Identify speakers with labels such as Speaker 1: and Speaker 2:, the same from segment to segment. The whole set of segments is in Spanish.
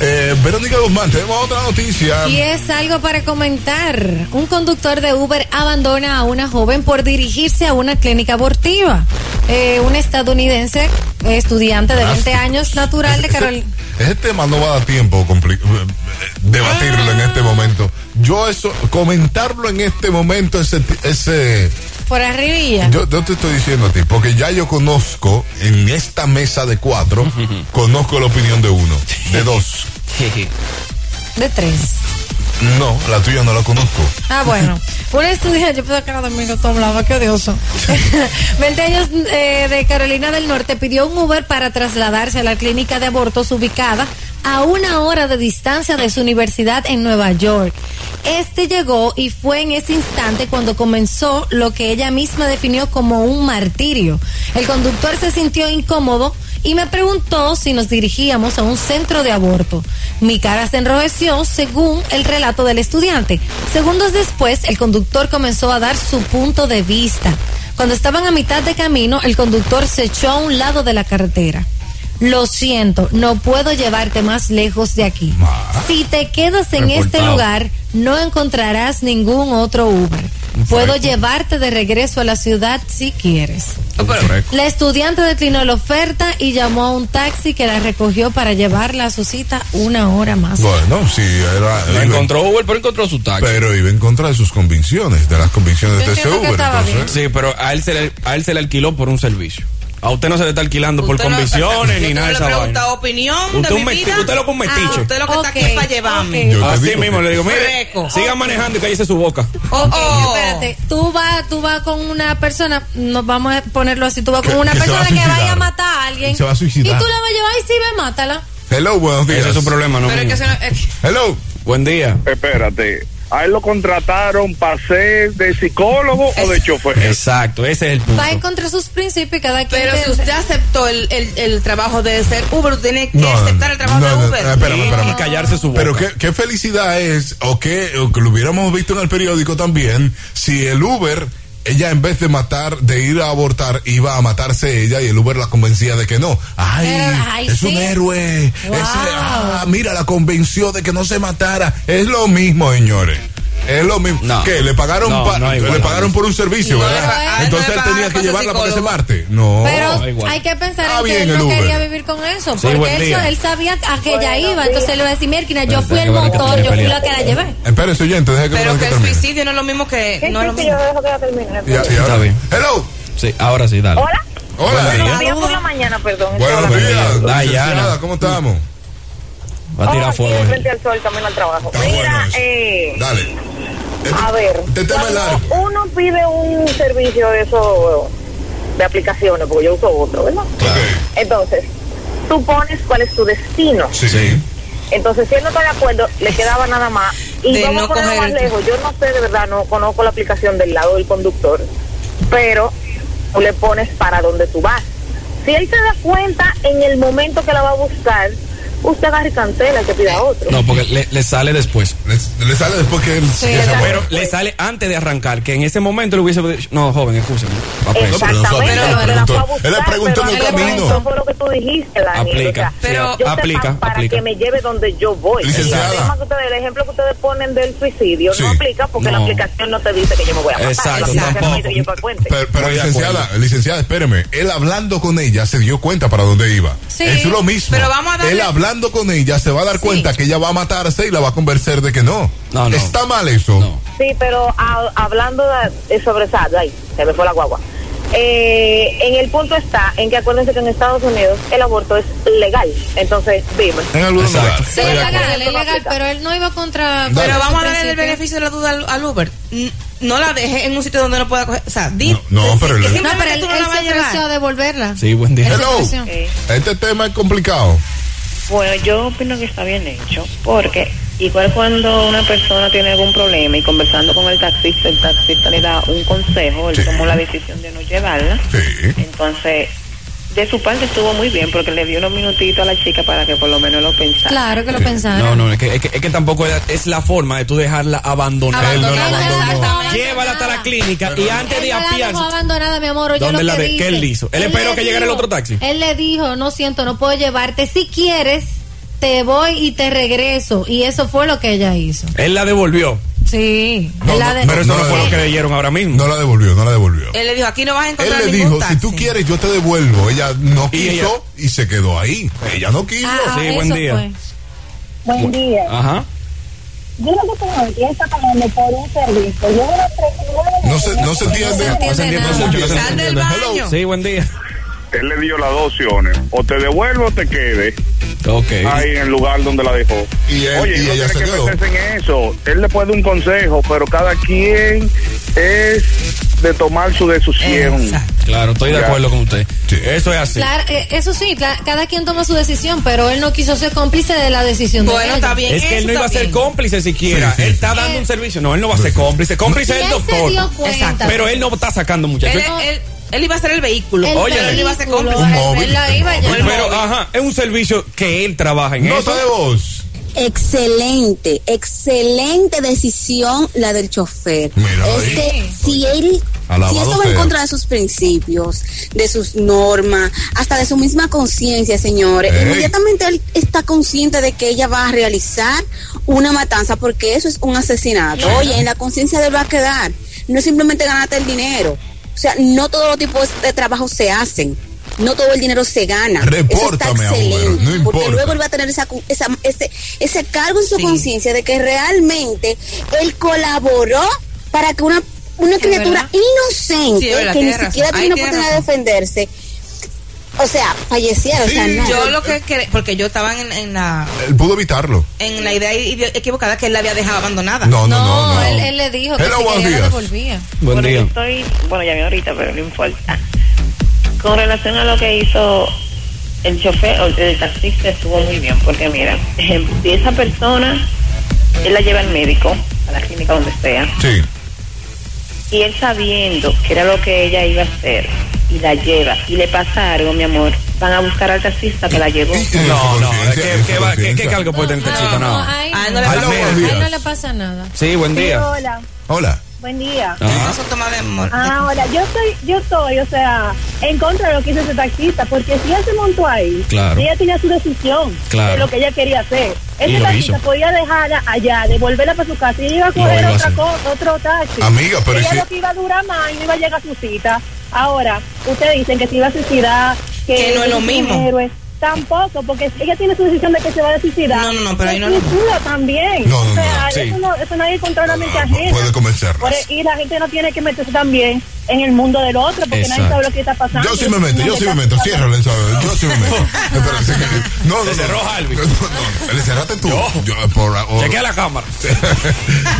Speaker 1: Eh, Verónica Guzmán, tenemos otra noticia.
Speaker 2: Y es algo para comentar. Un conductor de Uber abandona a una joven por dirigirse a una clínica abortiva. Eh, un estadounidense, estudiante de 20 años, natural de Carolina.
Speaker 1: Ah, Ese tema no va a dar tiempo compli- eh, debatirlo en este momento. Yo eso, comentarlo en este momento, ese, ese
Speaker 2: Por arribilla.
Speaker 1: yo, yo te estoy diciendo a ti, porque ya yo conozco en esta mesa de cuatro, conozco la opinión de uno, de dos.
Speaker 2: De tres.
Speaker 1: No, la tuya no la conozco.
Speaker 2: Ah, bueno. Un estudiante, yo pensaba que era Domingo Tom Lava, qué odioso. 20 años eh, de Carolina del Norte pidió un Uber para trasladarse a la clínica de abortos ubicada a una hora de distancia de su universidad en Nueva York. Este llegó y fue en ese instante cuando comenzó lo que ella misma definió como un martirio. El conductor se sintió incómodo y me preguntó si nos dirigíamos a un centro de aborto. Mi cara se enrojeció según el relato del estudiante. Segundos después, el conductor comenzó a dar su punto de vista. Cuando estaban a mitad de camino, el conductor se echó a un lado de la carretera. Lo siento, no puedo llevarte más lejos de aquí.
Speaker 1: Ma.
Speaker 2: Si te quedas en este
Speaker 3: Reportado.
Speaker 2: lugar, no encontrarás ningún otro Uber. Puedo llevarte de regreso a la ciudad si quieres. La estudiante declinó la oferta y llamó a un taxi que la recogió para llevarla a su cita una hora más.
Speaker 1: Bueno, sí, era.
Speaker 3: No encontró Uber, pero encontró su taxi.
Speaker 1: Pero iba en contra de sus convicciones, de las convicciones
Speaker 2: Yo
Speaker 1: de ese
Speaker 2: entiendo que
Speaker 1: Uber.
Speaker 2: estaba
Speaker 1: entonces.
Speaker 3: Sí, pero a él, se le, a él se le alquiló por un servicio. A usted no se le está alquilando por
Speaker 4: Usted no-
Speaker 3: convicciones ni
Speaker 4: yo
Speaker 3: nada de esa
Speaker 4: no le he
Speaker 3: vaina.
Speaker 4: preguntado opinión
Speaker 3: Usted
Speaker 4: de
Speaker 3: un
Speaker 4: mi
Speaker 3: meti-
Speaker 4: vida. Ah,
Speaker 3: usted lo que un metiche.
Speaker 4: usted lo que está aquí
Speaker 2: Ok,
Speaker 4: para llevarme.
Speaker 2: ok.
Speaker 1: Yo te
Speaker 3: Así
Speaker 1: digo
Speaker 3: mismo
Speaker 1: que-
Speaker 3: le digo, mire,
Speaker 4: Freco.
Speaker 3: siga manejando y cállese su boca.
Speaker 4: Oh, oh.
Speaker 2: Espérate, tú vas tú vas con una persona, nos vamos a ponerlo así, tú vas
Speaker 1: Que-
Speaker 2: con una
Speaker 1: que se
Speaker 2: persona
Speaker 1: va a
Speaker 2: que vaya a
Speaker 1: suicidar.
Speaker 2: matar a alguien.
Speaker 1: Se va a suicidar.
Speaker 2: Y tú la vas a llevar y sí, ve, mátala.
Speaker 1: Hello, buenos días.
Speaker 3: Ese es su problema, no
Speaker 4: Pero es
Speaker 3: mío.
Speaker 4: que se lo- eh,
Speaker 1: Hello.
Speaker 3: Buen día.
Speaker 5: Espérate, a él lo contrataron para ser de psicólogo o de chofer.
Speaker 3: Exacto, ese es el punto.
Speaker 2: Va en contra de sus principios y cada quien
Speaker 4: pero
Speaker 2: tiene-
Speaker 4: si usted aceptó el, el, el trabajo de ser Uber, usted tiene que aceptar el trabajo
Speaker 1: no,
Speaker 4: de
Speaker 1: no,
Speaker 4: Uber.
Speaker 1: no, espérame, espérame.
Speaker 3: Y callarse su boca.
Speaker 1: Pero qué, qué felicidad es, o que, o que lo hubiéramos visto en el periódico también, si el Uber, ella en vez de matar, de ir a abortar, iba a matarse ella y el Uber la convencía de que no. ¡Ay!
Speaker 2: Pero, ay,
Speaker 1: es
Speaker 2: sí.
Speaker 1: un héroe. Ese-
Speaker 2: Wow.
Speaker 1: ah, mira, la convenció de que no se matara. Es lo mismo, señores. Es lo mismo.
Speaker 3: No.
Speaker 1: ¿Qué? Le pagaron,
Speaker 3: No,
Speaker 1: pa-
Speaker 3: no hay
Speaker 1: le
Speaker 3: igualdad.
Speaker 1: pagaron por un servicio,
Speaker 4: No,
Speaker 1: ¿verdad?
Speaker 4: no hay- no
Speaker 1: Entonces
Speaker 4: hay
Speaker 1: él tenía
Speaker 4: pagaron
Speaker 1: que
Speaker 4: por su
Speaker 1: llevarla para ese
Speaker 4: psicólogo.
Speaker 1: Marte. No.
Speaker 2: Pero
Speaker 3: da igual.
Speaker 2: hay que pensar
Speaker 1: Está
Speaker 2: en que
Speaker 1: Ah, bien
Speaker 2: él
Speaker 1: el
Speaker 2: no
Speaker 1: Uber.
Speaker 2: quería vivir con eso,
Speaker 3: Sí, buen
Speaker 2: porque él,
Speaker 3: día.
Speaker 2: él sabía a que ella iba, entonces le iba a decir, Mérquina, yo
Speaker 3: Bueno,
Speaker 2: fui el
Speaker 3: tengo que ver que
Speaker 2: motor,
Speaker 3: tiene
Speaker 2: yo fui
Speaker 3: pelea.
Speaker 2: la que la llevé.
Speaker 1: Espérense, oyente, deje que
Speaker 4: Pero
Speaker 1: deje
Speaker 4: que el
Speaker 1: termine.
Speaker 4: suicidio no es lo mismo que. No es lo
Speaker 6: Sí, sí, yo
Speaker 4: mismo.
Speaker 6: dejo que la termine.
Speaker 1: Ya, ya.
Speaker 3: Está bien.
Speaker 1: Hello.
Speaker 3: Sí, ahora sí, dale.
Speaker 6: Hola.
Speaker 1: Hola.
Speaker 3: Buen
Speaker 6: Buenos días por la mañana, perdón.
Speaker 1: Buenos
Speaker 3: Buen día,
Speaker 1: días,
Speaker 3: Dayana.
Speaker 1: licenciada, ¿cómo estamos?
Speaker 3: Va a
Speaker 6: Oh,
Speaker 3: tirar
Speaker 6: aquí
Speaker 3: fuego. eh.
Speaker 6: frente al sol, camino al trabajo.
Speaker 1: Está bueno
Speaker 6: Mira,
Speaker 1: eso.
Speaker 6: eh,
Speaker 1: Dale. Este-
Speaker 6: a ver.
Speaker 1: Este tema es
Speaker 6: cuando
Speaker 1: largo.
Speaker 6: Uno pide un servicio de eso, de aplicaciones, porque yo uso otro, ¿verdad?
Speaker 1: Ok,
Speaker 6: Entonces, tú pones cuál es tu destino.
Speaker 1: Sí.
Speaker 3: Sí.
Speaker 6: Entonces, si él no está de acuerdo, le quedaba nada más. Y
Speaker 4: De
Speaker 6: vamos
Speaker 4: no
Speaker 6: a ponerlo
Speaker 4: coger
Speaker 6: más
Speaker 4: el-
Speaker 6: lejos. Yo no sé, de verdad, no conozco la aplicación del lado del conductor, pero tú le pones para donde tú vas. Si él se da cuenta en el momento que la va a buscar, usted agarra y cancela y que pida otro.
Speaker 3: No, porque le, le sale después.
Speaker 1: Le, le sale después que él que se
Speaker 2: ya.
Speaker 1: muere.
Speaker 3: Pero le sale antes de arrancar, que en ese momento le hubiese dicho, no, joven, escúcheme. Va preso.
Speaker 1: Exacto. pero no fue a mí
Speaker 6: Exactamente,
Speaker 1: que le
Speaker 6: pero la
Speaker 1: preguntó.
Speaker 6: fue a buscar,
Speaker 1: Él le preguntó en
Speaker 6: pero
Speaker 1: el
Speaker 6: a mí me
Speaker 1: camino.
Speaker 6: preguntó Por lo que tú dijiste, Daniel.
Speaker 3: Aplica.
Speaker 4: sea,
Speaker 3: Pero-
Speaker 6: yo te
Speaker 3: aplica,
Speaker 6: pago para
Speaker 3: aplica.
Speaker 6: que me lleve donde yo voy.
Speaker 1: Licenciada.
Speaker 6: El, tema que ustedes- el ejemplo que ustedes ponen del suicidio
Speaker 1: Sí.
Speaker 6: no aplica porque
Speaker 3: No.
Speaker 6: la aplicación no te dice que yo me voy a matar.
Speaker 3: Exacto,
Speaker 6: la aplicación no
Speaker 3: tampoco.
Speaker 6: me dice que yo me cuente.
Speaker 1: Pero, pero
Speaker 3: Voy de
Speaker 1: licenciada,
Speaker 3: acuerdo.
Speaker 1: licenciada, espéreme. Él hablando con ella se dio cuenta para dónde iba.
Speaker 2: Sí.
Speaker 1: Es lo mismo.
Speaker 4: Pero vamos a darle-
Speaker 1: Él hablando con ella se va a dar cuenta que ella va a matarse y la va a convencer de que no.
Speaker 3: No, no.
Speaker 1: Está mal eso.
Speaker 3: No.
Speaker 6: Sí, pero a- hablando de- eh, sobre esa, ay, se me fue la guagua. Eh, en el punto está en que acuérdense que en Estados Unidos el aborto es legal. Entonces, dime.
Speaker 1: En algún
Speaker 3: Exacto.
Speaker 1: lugar.
Speaker 2: Sí,
Speaker 1: Estoy
Speaker 2: es
Speaker 1: de acuerdo.
Speaker 2: legal, es legal, pero él no iba contra...
Speaker 1: Dale.
Speaker 4: Pero
Speaker 2: contra
Speaker 4: vamos
Speaker 2: su
Speaker 4: a darle el
Speaker 2: principio.
Speaker 4: beneficio de la duda al, al Uber. N- No la deje en un sitio donde no pueda coger. O sea, di.
Speaker 1: No, no,
Speaker 4: si-
Speaker 1: pero
Speaker 4: si
Speaker 1: él-
Speaker 2: No,
Speaker 4: simplemente
Speaker 2: pero él,
Speaker 4: tú no
Speaker 2: él
Speaker 4: la vas
Speaker 2: se
Speaker 4: a llevar.
Speaker 2: ofreció a devolverla.
Speaker 3: Sí, buen día.
Speaker 2: Él se
Speaker 1: Hello.
Speaker 2: ofreció.
Speaker 1: Este tema es complicado.
Speaker 6: Bueno, yo opino que está bien hecho, porque igual cuando una persona tiene algún problema y conversando con el taxista, el taxista le da un consejo, él
Speaker 1: Sí.
Speaker 6: tomó la decisión de no llevarla.
Speaker 1: Sí.
Speaker 6: Entonces, de su parte estuvo muy bien, porque le dio unos minutitos a la chica para que por lo menos lo pensara.
Speaker 2: Claro que lo pensaron.
Speaker 3: No, no, es que, es que, es que tampoco es, es la forma de tú dejarla abandonar.
Speaker 1: Él no la
Speaker 2: Abandonada,
Speaker 1: abandonó.
Speaker 2: abandonada.
Speaker 3: Llévala hasta la clínica y antes
Speaker 2: Él
Speaker 3: de
Speaker 2: no la dejó
Speaker 3: apiarse.
Speaker 2: abandonada, mi amor. oye
Speaker 3: ¿Dónde
Speaker 2: lo
Speaker 3: la
Speaker 2: que
Speaker 3: de-
Speaker 2: dice.
Speaker 3: qué él hizo? Él esperó
Speaker 2: le
Speaker 3: que llegara el
Speaker 2: dijo-
Speaker 3: otro taxi.
Speaker 2: Él le dijo, no siento, no puedo llevarte. Si quieres, te voy y te regreso. Y eso fue lo que ella hizo.
Speaker 3: Él la devolvió.
Speaker 2: Sí.
Speaker 1: No,
Speaker 2: la
Speaker 1: no,
Speaker 2: de-
Speaker 3: Pero eso
Speaker 1: No
Speaker 3: no,
Speaker 1: la
Speaker 3: fue lo que
Speaker 1: devolvió.
Speaker 3: leyeron ahora mismo.
Speaker 1: No la devolvió, no la devolvió.
Speaker 4: Él le dijo, aquí no vas a
Speaker 1: Él
Speaker 4: encontrar
Speaker 1: le
Speaker 4: ningún
Speaker 1: dijo, si tú
Speaker 4: taxi.
Speaker 1: quieres, yo te devuelvo. Ella no
Speaker 3: Y
Speaker 1: quiso
Speaker 3: ella-
Speaker 1: y se quedó ahí. Ella no quiso.
Speaker 2: Ah,
Speaker 3: Sí,
Speaker 2: eso
Speaker 3: buen día.
Speaker 2: fue.
Speaker 6: Buen día.
Speaker 3: Ajá.
Speaker 6: Yo creo que como que está pagando por un servicio. Yo
Speaker 1: No se, no se entiende.
Speaker 2: No se entiende
Speaker 3: mucho, no se
Speaker 4: Sal del
Speaker 3: entiende.
Speaker 4: baño.
Speaker 3: Hello. Sí, buen día.
Speaker 5: Él le dio las dos opciones. O te devuelvo o te quede
Speaker 3: Ok.
Speaker 5: ahí en el lugar donde la dejó.
Speaker 1: Y él-
Speaker 5: Oye,
Speaker 1: y
Speaker 5: no
Speaker 1: ella
Speaker 5: tiene
Speaker 1: se
Speaker 5: que
Speaker 1: quedó.
Speaker 5: meterse en eso. Él le puede dar un consejo, pero cada quien es de tomar su decisión.
Speaker 4: Exacto.
Speaker 3: Claro, estoy de
Speaker 5: Ya.
Speaker 3: acuerdo con usted. Eso es así.
Speaker 2: Claro, eh, eso sí, cla- cada quien toma su decisión, pero él no quiso ser cómplice de la decisión. de
Speaker 4: Bueno,
Speaker 2: ella.
Speaker 4: está bien.
Speaker 3: Es que él
Speaker 4: eso
Speaker 3: no iba a
Speaker 4: está
Speaker 3: ser
Speaker 4: bien.
Speaker 3: cómplice siquiera.
Speaker 1: Sí, sí.
Speaker 3: Él está dando un servicio. No, él no va a ser cómplice.
Speaker 2: Y
Speaker 3: Cómplice es
Speaker 2: él
Speaker 3: el
Speaker 2: se dio
Speaker 3: doctor.
Speaker 2: cuenta.
Speaker 4: Exacto.
Speaker 3: Pero él no está sacando,
Speaker 4: Él,
Speaker 3: muchachos.
Speaker 4: él- él iba a ser el vehículo.
Speaker 2: El
Speaker 3: Oye,
Speaker 4: él iba a ser
Speaker 2: vehículo,
Speaker 4: cómplice.
Speaker 1: Un móvil.
Speaker 2: él la iba a llevar.
Speaker 3: Pero, ajá, es un servicio que él trabaja en
Speaker 1: No
Speaker 3: eso.
Speaker 1: de voz.
Speaker 7: Excelente, excelente decisión la del chofer.
Speaker 1: Mira
Speaker 7: Es
Speaker 1: ahí.
Speaker 7: que Este, si él, si
Speaker 1: Alabado
Speaker 7: eso va en
Speaker 1: sea.
Speaker 7: contra de sus principios, de sus normas, hasta de su misma conciencia, señores,
Speaker 1: Ey.
Speaker 7: inmediatamente él está consciente de que ella va a realizar una matanza, porque eso es un asesinato. Oye, en la conciencia de él va a quedar. No es simplemente ganarte el dinero. O sea, no todos los tipos de trabajo se hacen. No todo el dinero se gana. Eso está
Speaker 1: Repórtame a Uber,
Speaker 7: excelente.
Speaker 1: no
Speaker 7: porque
Speaker 1: importa.
Speaker 7: luego él va a tener esa, cu- esa- ese, ese cargo en su
Speaker 4: Sí.
Speaker 7: conciencia de que realmente él colaboró para que una, una
Speaker 2: Es
Speaker 7: criatura
Speaker 2: verdad.
Speaker 7: inocente
Speaker 4: Sí, es verdad,
Speaker 7: que ni
Speaker 4: tiene razón.
Speaker 7: siquiera
Speaker 4: Ahí
Speaker 7: tiene una
Speaker 4: tiene
Speaker 7: oportunidad de defenderse, o sea, falleciera. o sea,
Speaker 2: Oh
Speaker 1: Sí.
Speaker 7: no.
Speaker 4: Yo lo que cre- porque yo estaba en, en la
Speaker 1: Él pudo evitarlo.
Speaker 4: en la idea ide- equivocada que él la había dejado abandonada.
Speaker 1: No, no,
Speaker 2: No,
Speaker 1: no. no.
Speaker 2: Él, él le dijo que
Speaker 1: Hello,
Speaker 2: si
Speaker 1: buenos
Speaker 2: quería la
Speaker 1: días.
Speaker 2: devolvía.
Speaker 3: Buen
Speaker 6: bueno, yo
Speaker 3: día.
Speaker 6: estoy, bueno, ya vi ahorita, pero no importa. Con relación a lo que hizo el chofer, o el taxista estuvo muy bien, porque mira, ejemplo, si esa persona, él la lleva al médico, a la clínica donde sea,
Speaker 1: Sí.
Speaker 6: y él sabiendo que era lo que ella iba a hacer, y la lleva, y le pasa algo, mi amor, van a buscar al taxista que la llevó.
Speaker 1: Y- y-
Speaker 3: No, no,
Speaker 1: Conciencia,
Speaker 3: ¿qué,
Speaker 1: eso
Speaker 3: qué va- qué-
Speaker 1: conciencia.
Speaker 3: qué cargo puede tener
Speaker 2: No,
Speaker 3: taxista?
Speaker 2: no,
Speaker 3: No.
Speaker 2: a él-
Speaker 4: A él no le
Speaker 1: Aló,
Speaker 4: pasó
Speaker 1: buenos
Speaker 4: nada.
Speaker 1: días.
Speaker 2: a él no le pasa nada.
Speaker 3: Sí, buen día.
Speaker 6: hola,
Speaker 1: Hola.
Speaker 6: buen día.
Speaker 3: Ajá.
Speaker 4: Eso toma de amor.
Speaker 6: Ahora, Ah, yo estoy, yo estoy, o sea, en contra de lo que hizo ese taxista, porque si él se montó ahí,
Speaker 3: Claro.
Speaker 6: ella tenía su decisión
Speaker 3: Claro.
Speaker 6: de lo que ella quería hacer.
Speaker 3: Y
Speaker 6: Ese
Speaker 3: lo
Speaker 6: taxista
Speaker 3: hizo.
Speaker 6: podía dejarla allá, devolverla para su casa y ella iba a
Speaker 3: Lo
Speaker 6: coger
Speaker 3: iba a
Speaker 6: otra
Speaker 3: hacer.
Speaker 6: co- otro taxi.
Speaker 1: Amiga, pero
Speaker 6: ella
Speaker 1: si-
Speaker 6: lo que iba a durar más y no iba a llegar a su cita. Ahora, ustedes dicen que se iba a suicidar, que,
Speaker 4: Que no es lo
Speaker 6: un
Speaker 4: mismo.
Speaker 6: héroe. Tampoco, porque ella tiene su decisión de que se va a suicidar.
Speaker 4: No, no, no, pero ahí no
Speaker 6: Se
Speaker 4: lo-
Speaker 6: suicida también.
Speaker 1: No, no,
Speaker 6: o sea,
Speaker 1: no,
Speaker 3: sí.
Speaker 6: eso, no, eso nadie controla la mente
Speaker 1: Ah,
Speaker 6: ajena.
Speaker 1: puede convencernos.
Speaker 6: Por- y la gente no tiene que meterse también en el mundo del otro porque
Speaker 3: Exacto.
Speaker 6: nadie sabe lo que está pasando.
Speaker 1: Yo sí me meto, yo sí me meto. Ciérrale, ¿sabes? Yo sí me meto. Espera, se- No, no, no.
Speaker 3: Le cerró, Harvey.
Speaker 1: No, no, Le cerraste tú. Yo, por- o-
Speaker 3: Chequea la cámara.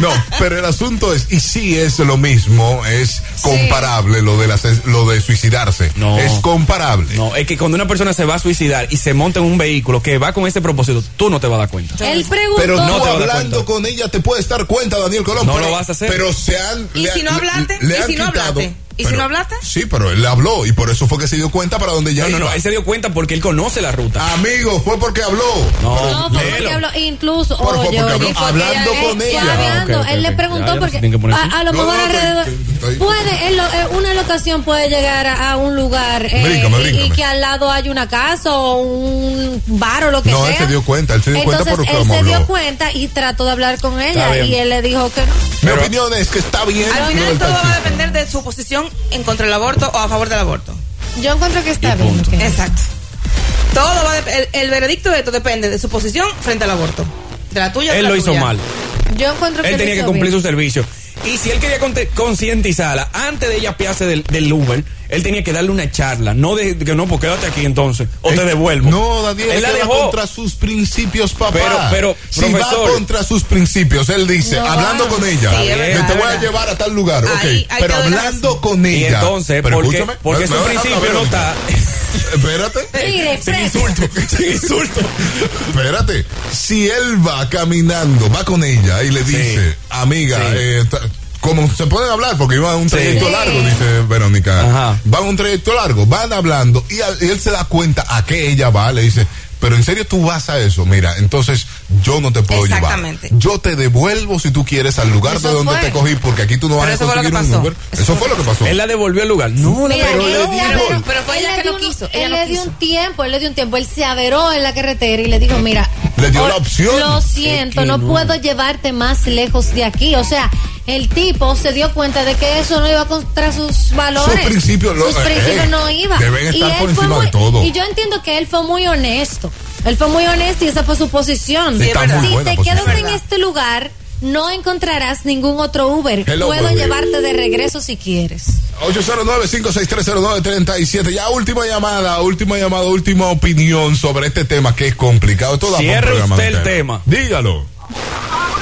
Speaker 1: no, pero el asunto es, y sí es lo mismo, es comparable lo de, las, lo de suicidarse.
Speaker 3: No.
Speaker 1: Es comparable.
Speaker 3: No, es que cuando una persona se va a suicidar y se monta en un vehículo que va con ese propósito, tú no te vas a dar cuenta.
Speaker 2: Él preguntó.
Speaker 1: Pero
Speaker 3: No
Speaker 1: tú
Speaker 3: te vas a dar
Speaker 1: hablando
Speaker 3: cuenta.
Speaker 1: con ella te puedes dar cuenta, Daniel Colón.
Speaker 3: No
Speaker 1: pero,
Speaker 3: lo vas a hacer.
Speaker 1: Pero se han.
Speaker 4: ¿Y
Speaker 1: le
Speaker 4: si
Speaker 1: han-
Speaker 4: no hablaste?
Speaker 1: le
Speaker 4: ¿Y
Speaker 1: han
Speaker 4: si no
Speaker 1: quitado-
Speaker 4: hablaste? ¿Y si
Speaker 1: pero-
Speaker 4: no hablaste?
Speaker 1: Sí, pero él habló y por eso fue que se dio cuenta para donde ya
Speaker 3: No, no, no,
Speaker 1: iba.
Speaker 3: él se dio cuenta porque él conoce la
Speaker 1: Ah,
Speaker 3: ruta.
Speaker 1: Amigo, fue porque habló.
Speaker 2: No, fue porque habló, incluso,
Speaker 1: Por favor,
Speaker 2: oye,
Speaker 1: porque
Speaker 2: oye,
Speaker 1: habló-
Speaker 2: porque
Speaker 1: hablando
Speaker 2: ella-
Speaker 1: con
Speaker 2: él-
Speaker 1: ella.
Speaker 2: fue hablando,
Speaker 3: Ah, ok, ok,
Speaker 2: él
Speaker 3: ok.
Speaker 2: le
Speaker 3: Ya, ya
Speaker 2: preguntó
Speaker 3: no se
Speaker 2: porque
Speaker 3: tienen que poner así.
Speaker 2: a, a lo
Speaker 1: No,
Speaker 2: mejor
Speaker 1: no, estoy-
Speaker 2: alrededor
Speaker 1: estoy- estoy-
Speaker 2: puede, en, lo- en una locación puede llegar a, a un lugar eh,
Speaker 1: Bríncame,
Speaker 2: y- y,
Speaker 1: bríncame.
Speaker 2: que al lado hay una casa o un bar o lo que
Speaker 1: No,
Speaker 2: sea.
Speaker 1: él se dio cuenta, él se dio cuenta
Speaker 2: Entonces,
Speaker 1: por
Speaker 2: él
Speaker 1: cómo
Speaker 2: se dio
Speaker 1: habló.
Speaker 2: cuenta y trató de hablar con
Speaker 3: Está
Speaker 2: ella
Speaker 3: bien.
Speaker 2: y él le dijo que no.
Speaker 1: Mi opinión es que está bien.
Speaker 4: Al
Speaker 1: lo del
Speaker 4: final todo va a
Speaker 1: taxista.
Speaker 4: depender de su posición en contra del aborto o a favor del aborto.
Speaker 2: Yo encuentro que está
Speaker 3: Y
Speaker 2: bien.
Speaker 3: punto.
Speaker 2: que-
Speaker 4: Exacto. Todo va a dep- el, el veredicto de esto depende de su posición frente al aborto. De la tuya. de
Speaker 3: Él
Speaker 4: la
Speaker 3: lo hizo
Speaker 4: tuya.
Speaker 3: mal.
Speaker 2: Yo encuentro que
Speaker 3: Él
Speaker 2: lo
Speaker 3: tenía que
Speaker 2: hizo
Speaker 3: cumplir
Speaker 2: bien.
Speaker 3: su servicio. Y si él quería conte- concientizarla antes de ella apiarse del, del Uber, él tenía que darle una charla. No de que no, pues quédate aquí entonces. O te
Speaker 1: Eh,
Speaker 3: devuelvo.
Speaker 1: No, Daniel,
Speaker 3: Él la
Speaker 1: que va
Speaker 3: dejó.
Speaker 1: contra sus principios, papá.
Speaker 3: Pero- pero,
Speaker 1: si
Speaker 3: profesor.
Speaker 1: va contra sus principios, él dice,
Speaker 2: No.
Speaker 1: hablando con ella,
Speaker 4: ah, Sí,
Speaker 1: que
Speaker 4: es verdad,
Speaker 1: te voy a
Speaker 4: verdad.
Speaker 1: llevar a tal lugar, ok,
Speaker 4: Ahí- ahí
Speaker 1: pero
Speaker 4: te doy la
Speaker 1: hablando
Speaker 4: razón.
Speaker 1: con
Speaker 3: Y
Speaker 1: ella.
Speaker 3: entonces,
Speaker 1: Pero
Speaker 3: porque,
Speaker 1: escúchame,
Speaker 3: porque
Speaker 1: me-
Speaker 3: su
Speaker 1: me vas a
Speaker 3: principio
Speaker 1: hablar,
Speaker 3: no
Speaker 1: Verónica.
Speaker 3: está.
Speaker 1: Espérate,
Speaker 2: Mire,
Speaker 3: Sin
Speaker 2: fresco.
Speaker 3: insulto, sin insulto.
Speaker 1: espérate. Si él va caminando, va con ella y le
Speaker 3: Sí.
Speaker 1: dice, amiga,
Speaker 3: Sí.
Speaker 1: eh, ta- como se pueden hablar, porque iba a un
Speaker 3: Sí.
Speaker 1: trayecto
Speaker 2: Sí.
Speaker 1: largo, dice Verónica.
Speaker 3: Ajá.
Speaker 1: Van a un trayecto largo, van hablando y, al- y él se da cuenta a qué ella va, le dice, pero en serio tú vas a eso, mira, entonces yo no te puedo llevar.
Speaker 4: Exactamente.
Speaker 1: Yo te devuelvo si tú quieres al lugar de
Speaker 2: Eso
Speaker 1: donde
Speaker 2: fue.
Speaker 1: te cogí, porque aquí tú no vas
Speaker 4: Pero
Speaker 1: a
Speaker 4: eso fue lo que
Speaker 1: conseguir un Uber.
Speaker 4: pasó.
Speaker 1: Eso,
Speaker 4: Eso
Speaker 1: fue lo que pasó.
Speaker 3: Él la devolvió al lugar. No, la
Speaker 2: Mira,
Speaker 3: pero
Speaker 2: él
Speaker 3: le
Speaker 2: le
Speaker 3: di
Speaker 2: averó-
Speaker 3: gol.
Speaker 4: pero fue ella
Speaker 2: él
Speaker 4: que
Speaker 2: le
Speaker 4: no
Speaker 2: dio un-
Speaker 4: quiso, ella
Speaker 2: Él
Speaker 4: no
Speaker 2: le dio
Speaker 4: quiso.
Speaker 2: un tiempo, él le dio un tiempo. Él se averó en la carretera y le dijo, mira.
Speaker 1: Le dio
Speaker 2: o-
Speaker 1: la opción.
Speaker 2: Lo siento,
Speaker 3: Es que
Speaker 2: no,
Speaker 3: no.
Speaker 2: puedo llevarte más lejos de aquí. O sea, el tipo se dio cuenta de que eso no iba contra sus valores.
Speaker 1: Sus principios, lo-
Speaker 2: Sus principios
Speaker 1: eh,
Speaker 2: no iba.
Speaker 1: deben estar por
Speaker 2: él fue
Speaker 1: encima de
Speaker 2: muy-
Speaker 1: todo.
Speaker 2: Y yo entiendo que él fue muy honesto. Él fue muy honesto y esa fue su posición.
Speaker 1: Sí, Está es verdad. muy
Speaker 2: si
Speaker 1: buena
Speaker 2: te
Speaker 1: posición.
Speaker 2: quedas en
Speaker 1: Verdad.
Speaker 2: este lugar, no encontrarás ningún otro Uber.
Speaker 1: Hello,
Speaker 2: puedo
Speaker 1: baby.
Speaker 2: llevarte de regreso si quieres.
Speaker 1: 809-56309-37. Ya última llamada, última llamada, última opinión sobre este tema que es complicado. Esto da para un
Speaker 3: Cierre
Speaker 1: programa
Speaker 3: usted el
Speaker 1: entero.
Speaker 3: tema.
Speaker 1: Dígalo.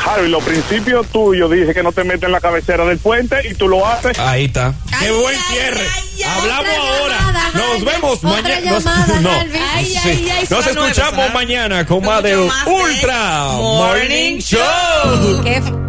Speaker 5: Javi, los principios tuyos dije que no te metes en la cabecera del puente y tú lo haces.
Speaker 3: Ahí está.
Speaker 4: Ay,
Speaker 3: Qué buen
Speaker 4: ay,
Speaker 3: cierre.
Speaker 4: ay, ay.
Speaker 3: Hablamos
Speaker 2: Otra
Speaker 3: ahora.
Speaker 2: llamada,
Speaker 3: Nos
Speaker 2: Galvin.
Speaker 3: vemos
Speaker 2: Otra
Speaker 3: mañana. Nos-
Speaker 2: llamada,
Speaker 3: no.
Speaker 2: Galvin.
Speaker 4: Ay,
Speaker 3: Sí.
Speaker 4: ay, ay,
Speaker 3: Nos
Speaker 4: suena nueva,
Speaker 3: escuchamos
Speaker 4: suena.
Speaker 3: mañana con
Speaker 4: Con
Speaker 3: más de
Speaker 4: mucho más de
Speaker 3: Ultra Morning
Speaker 4: Morning
Speaker 3: Show.
Speaker 2: Qué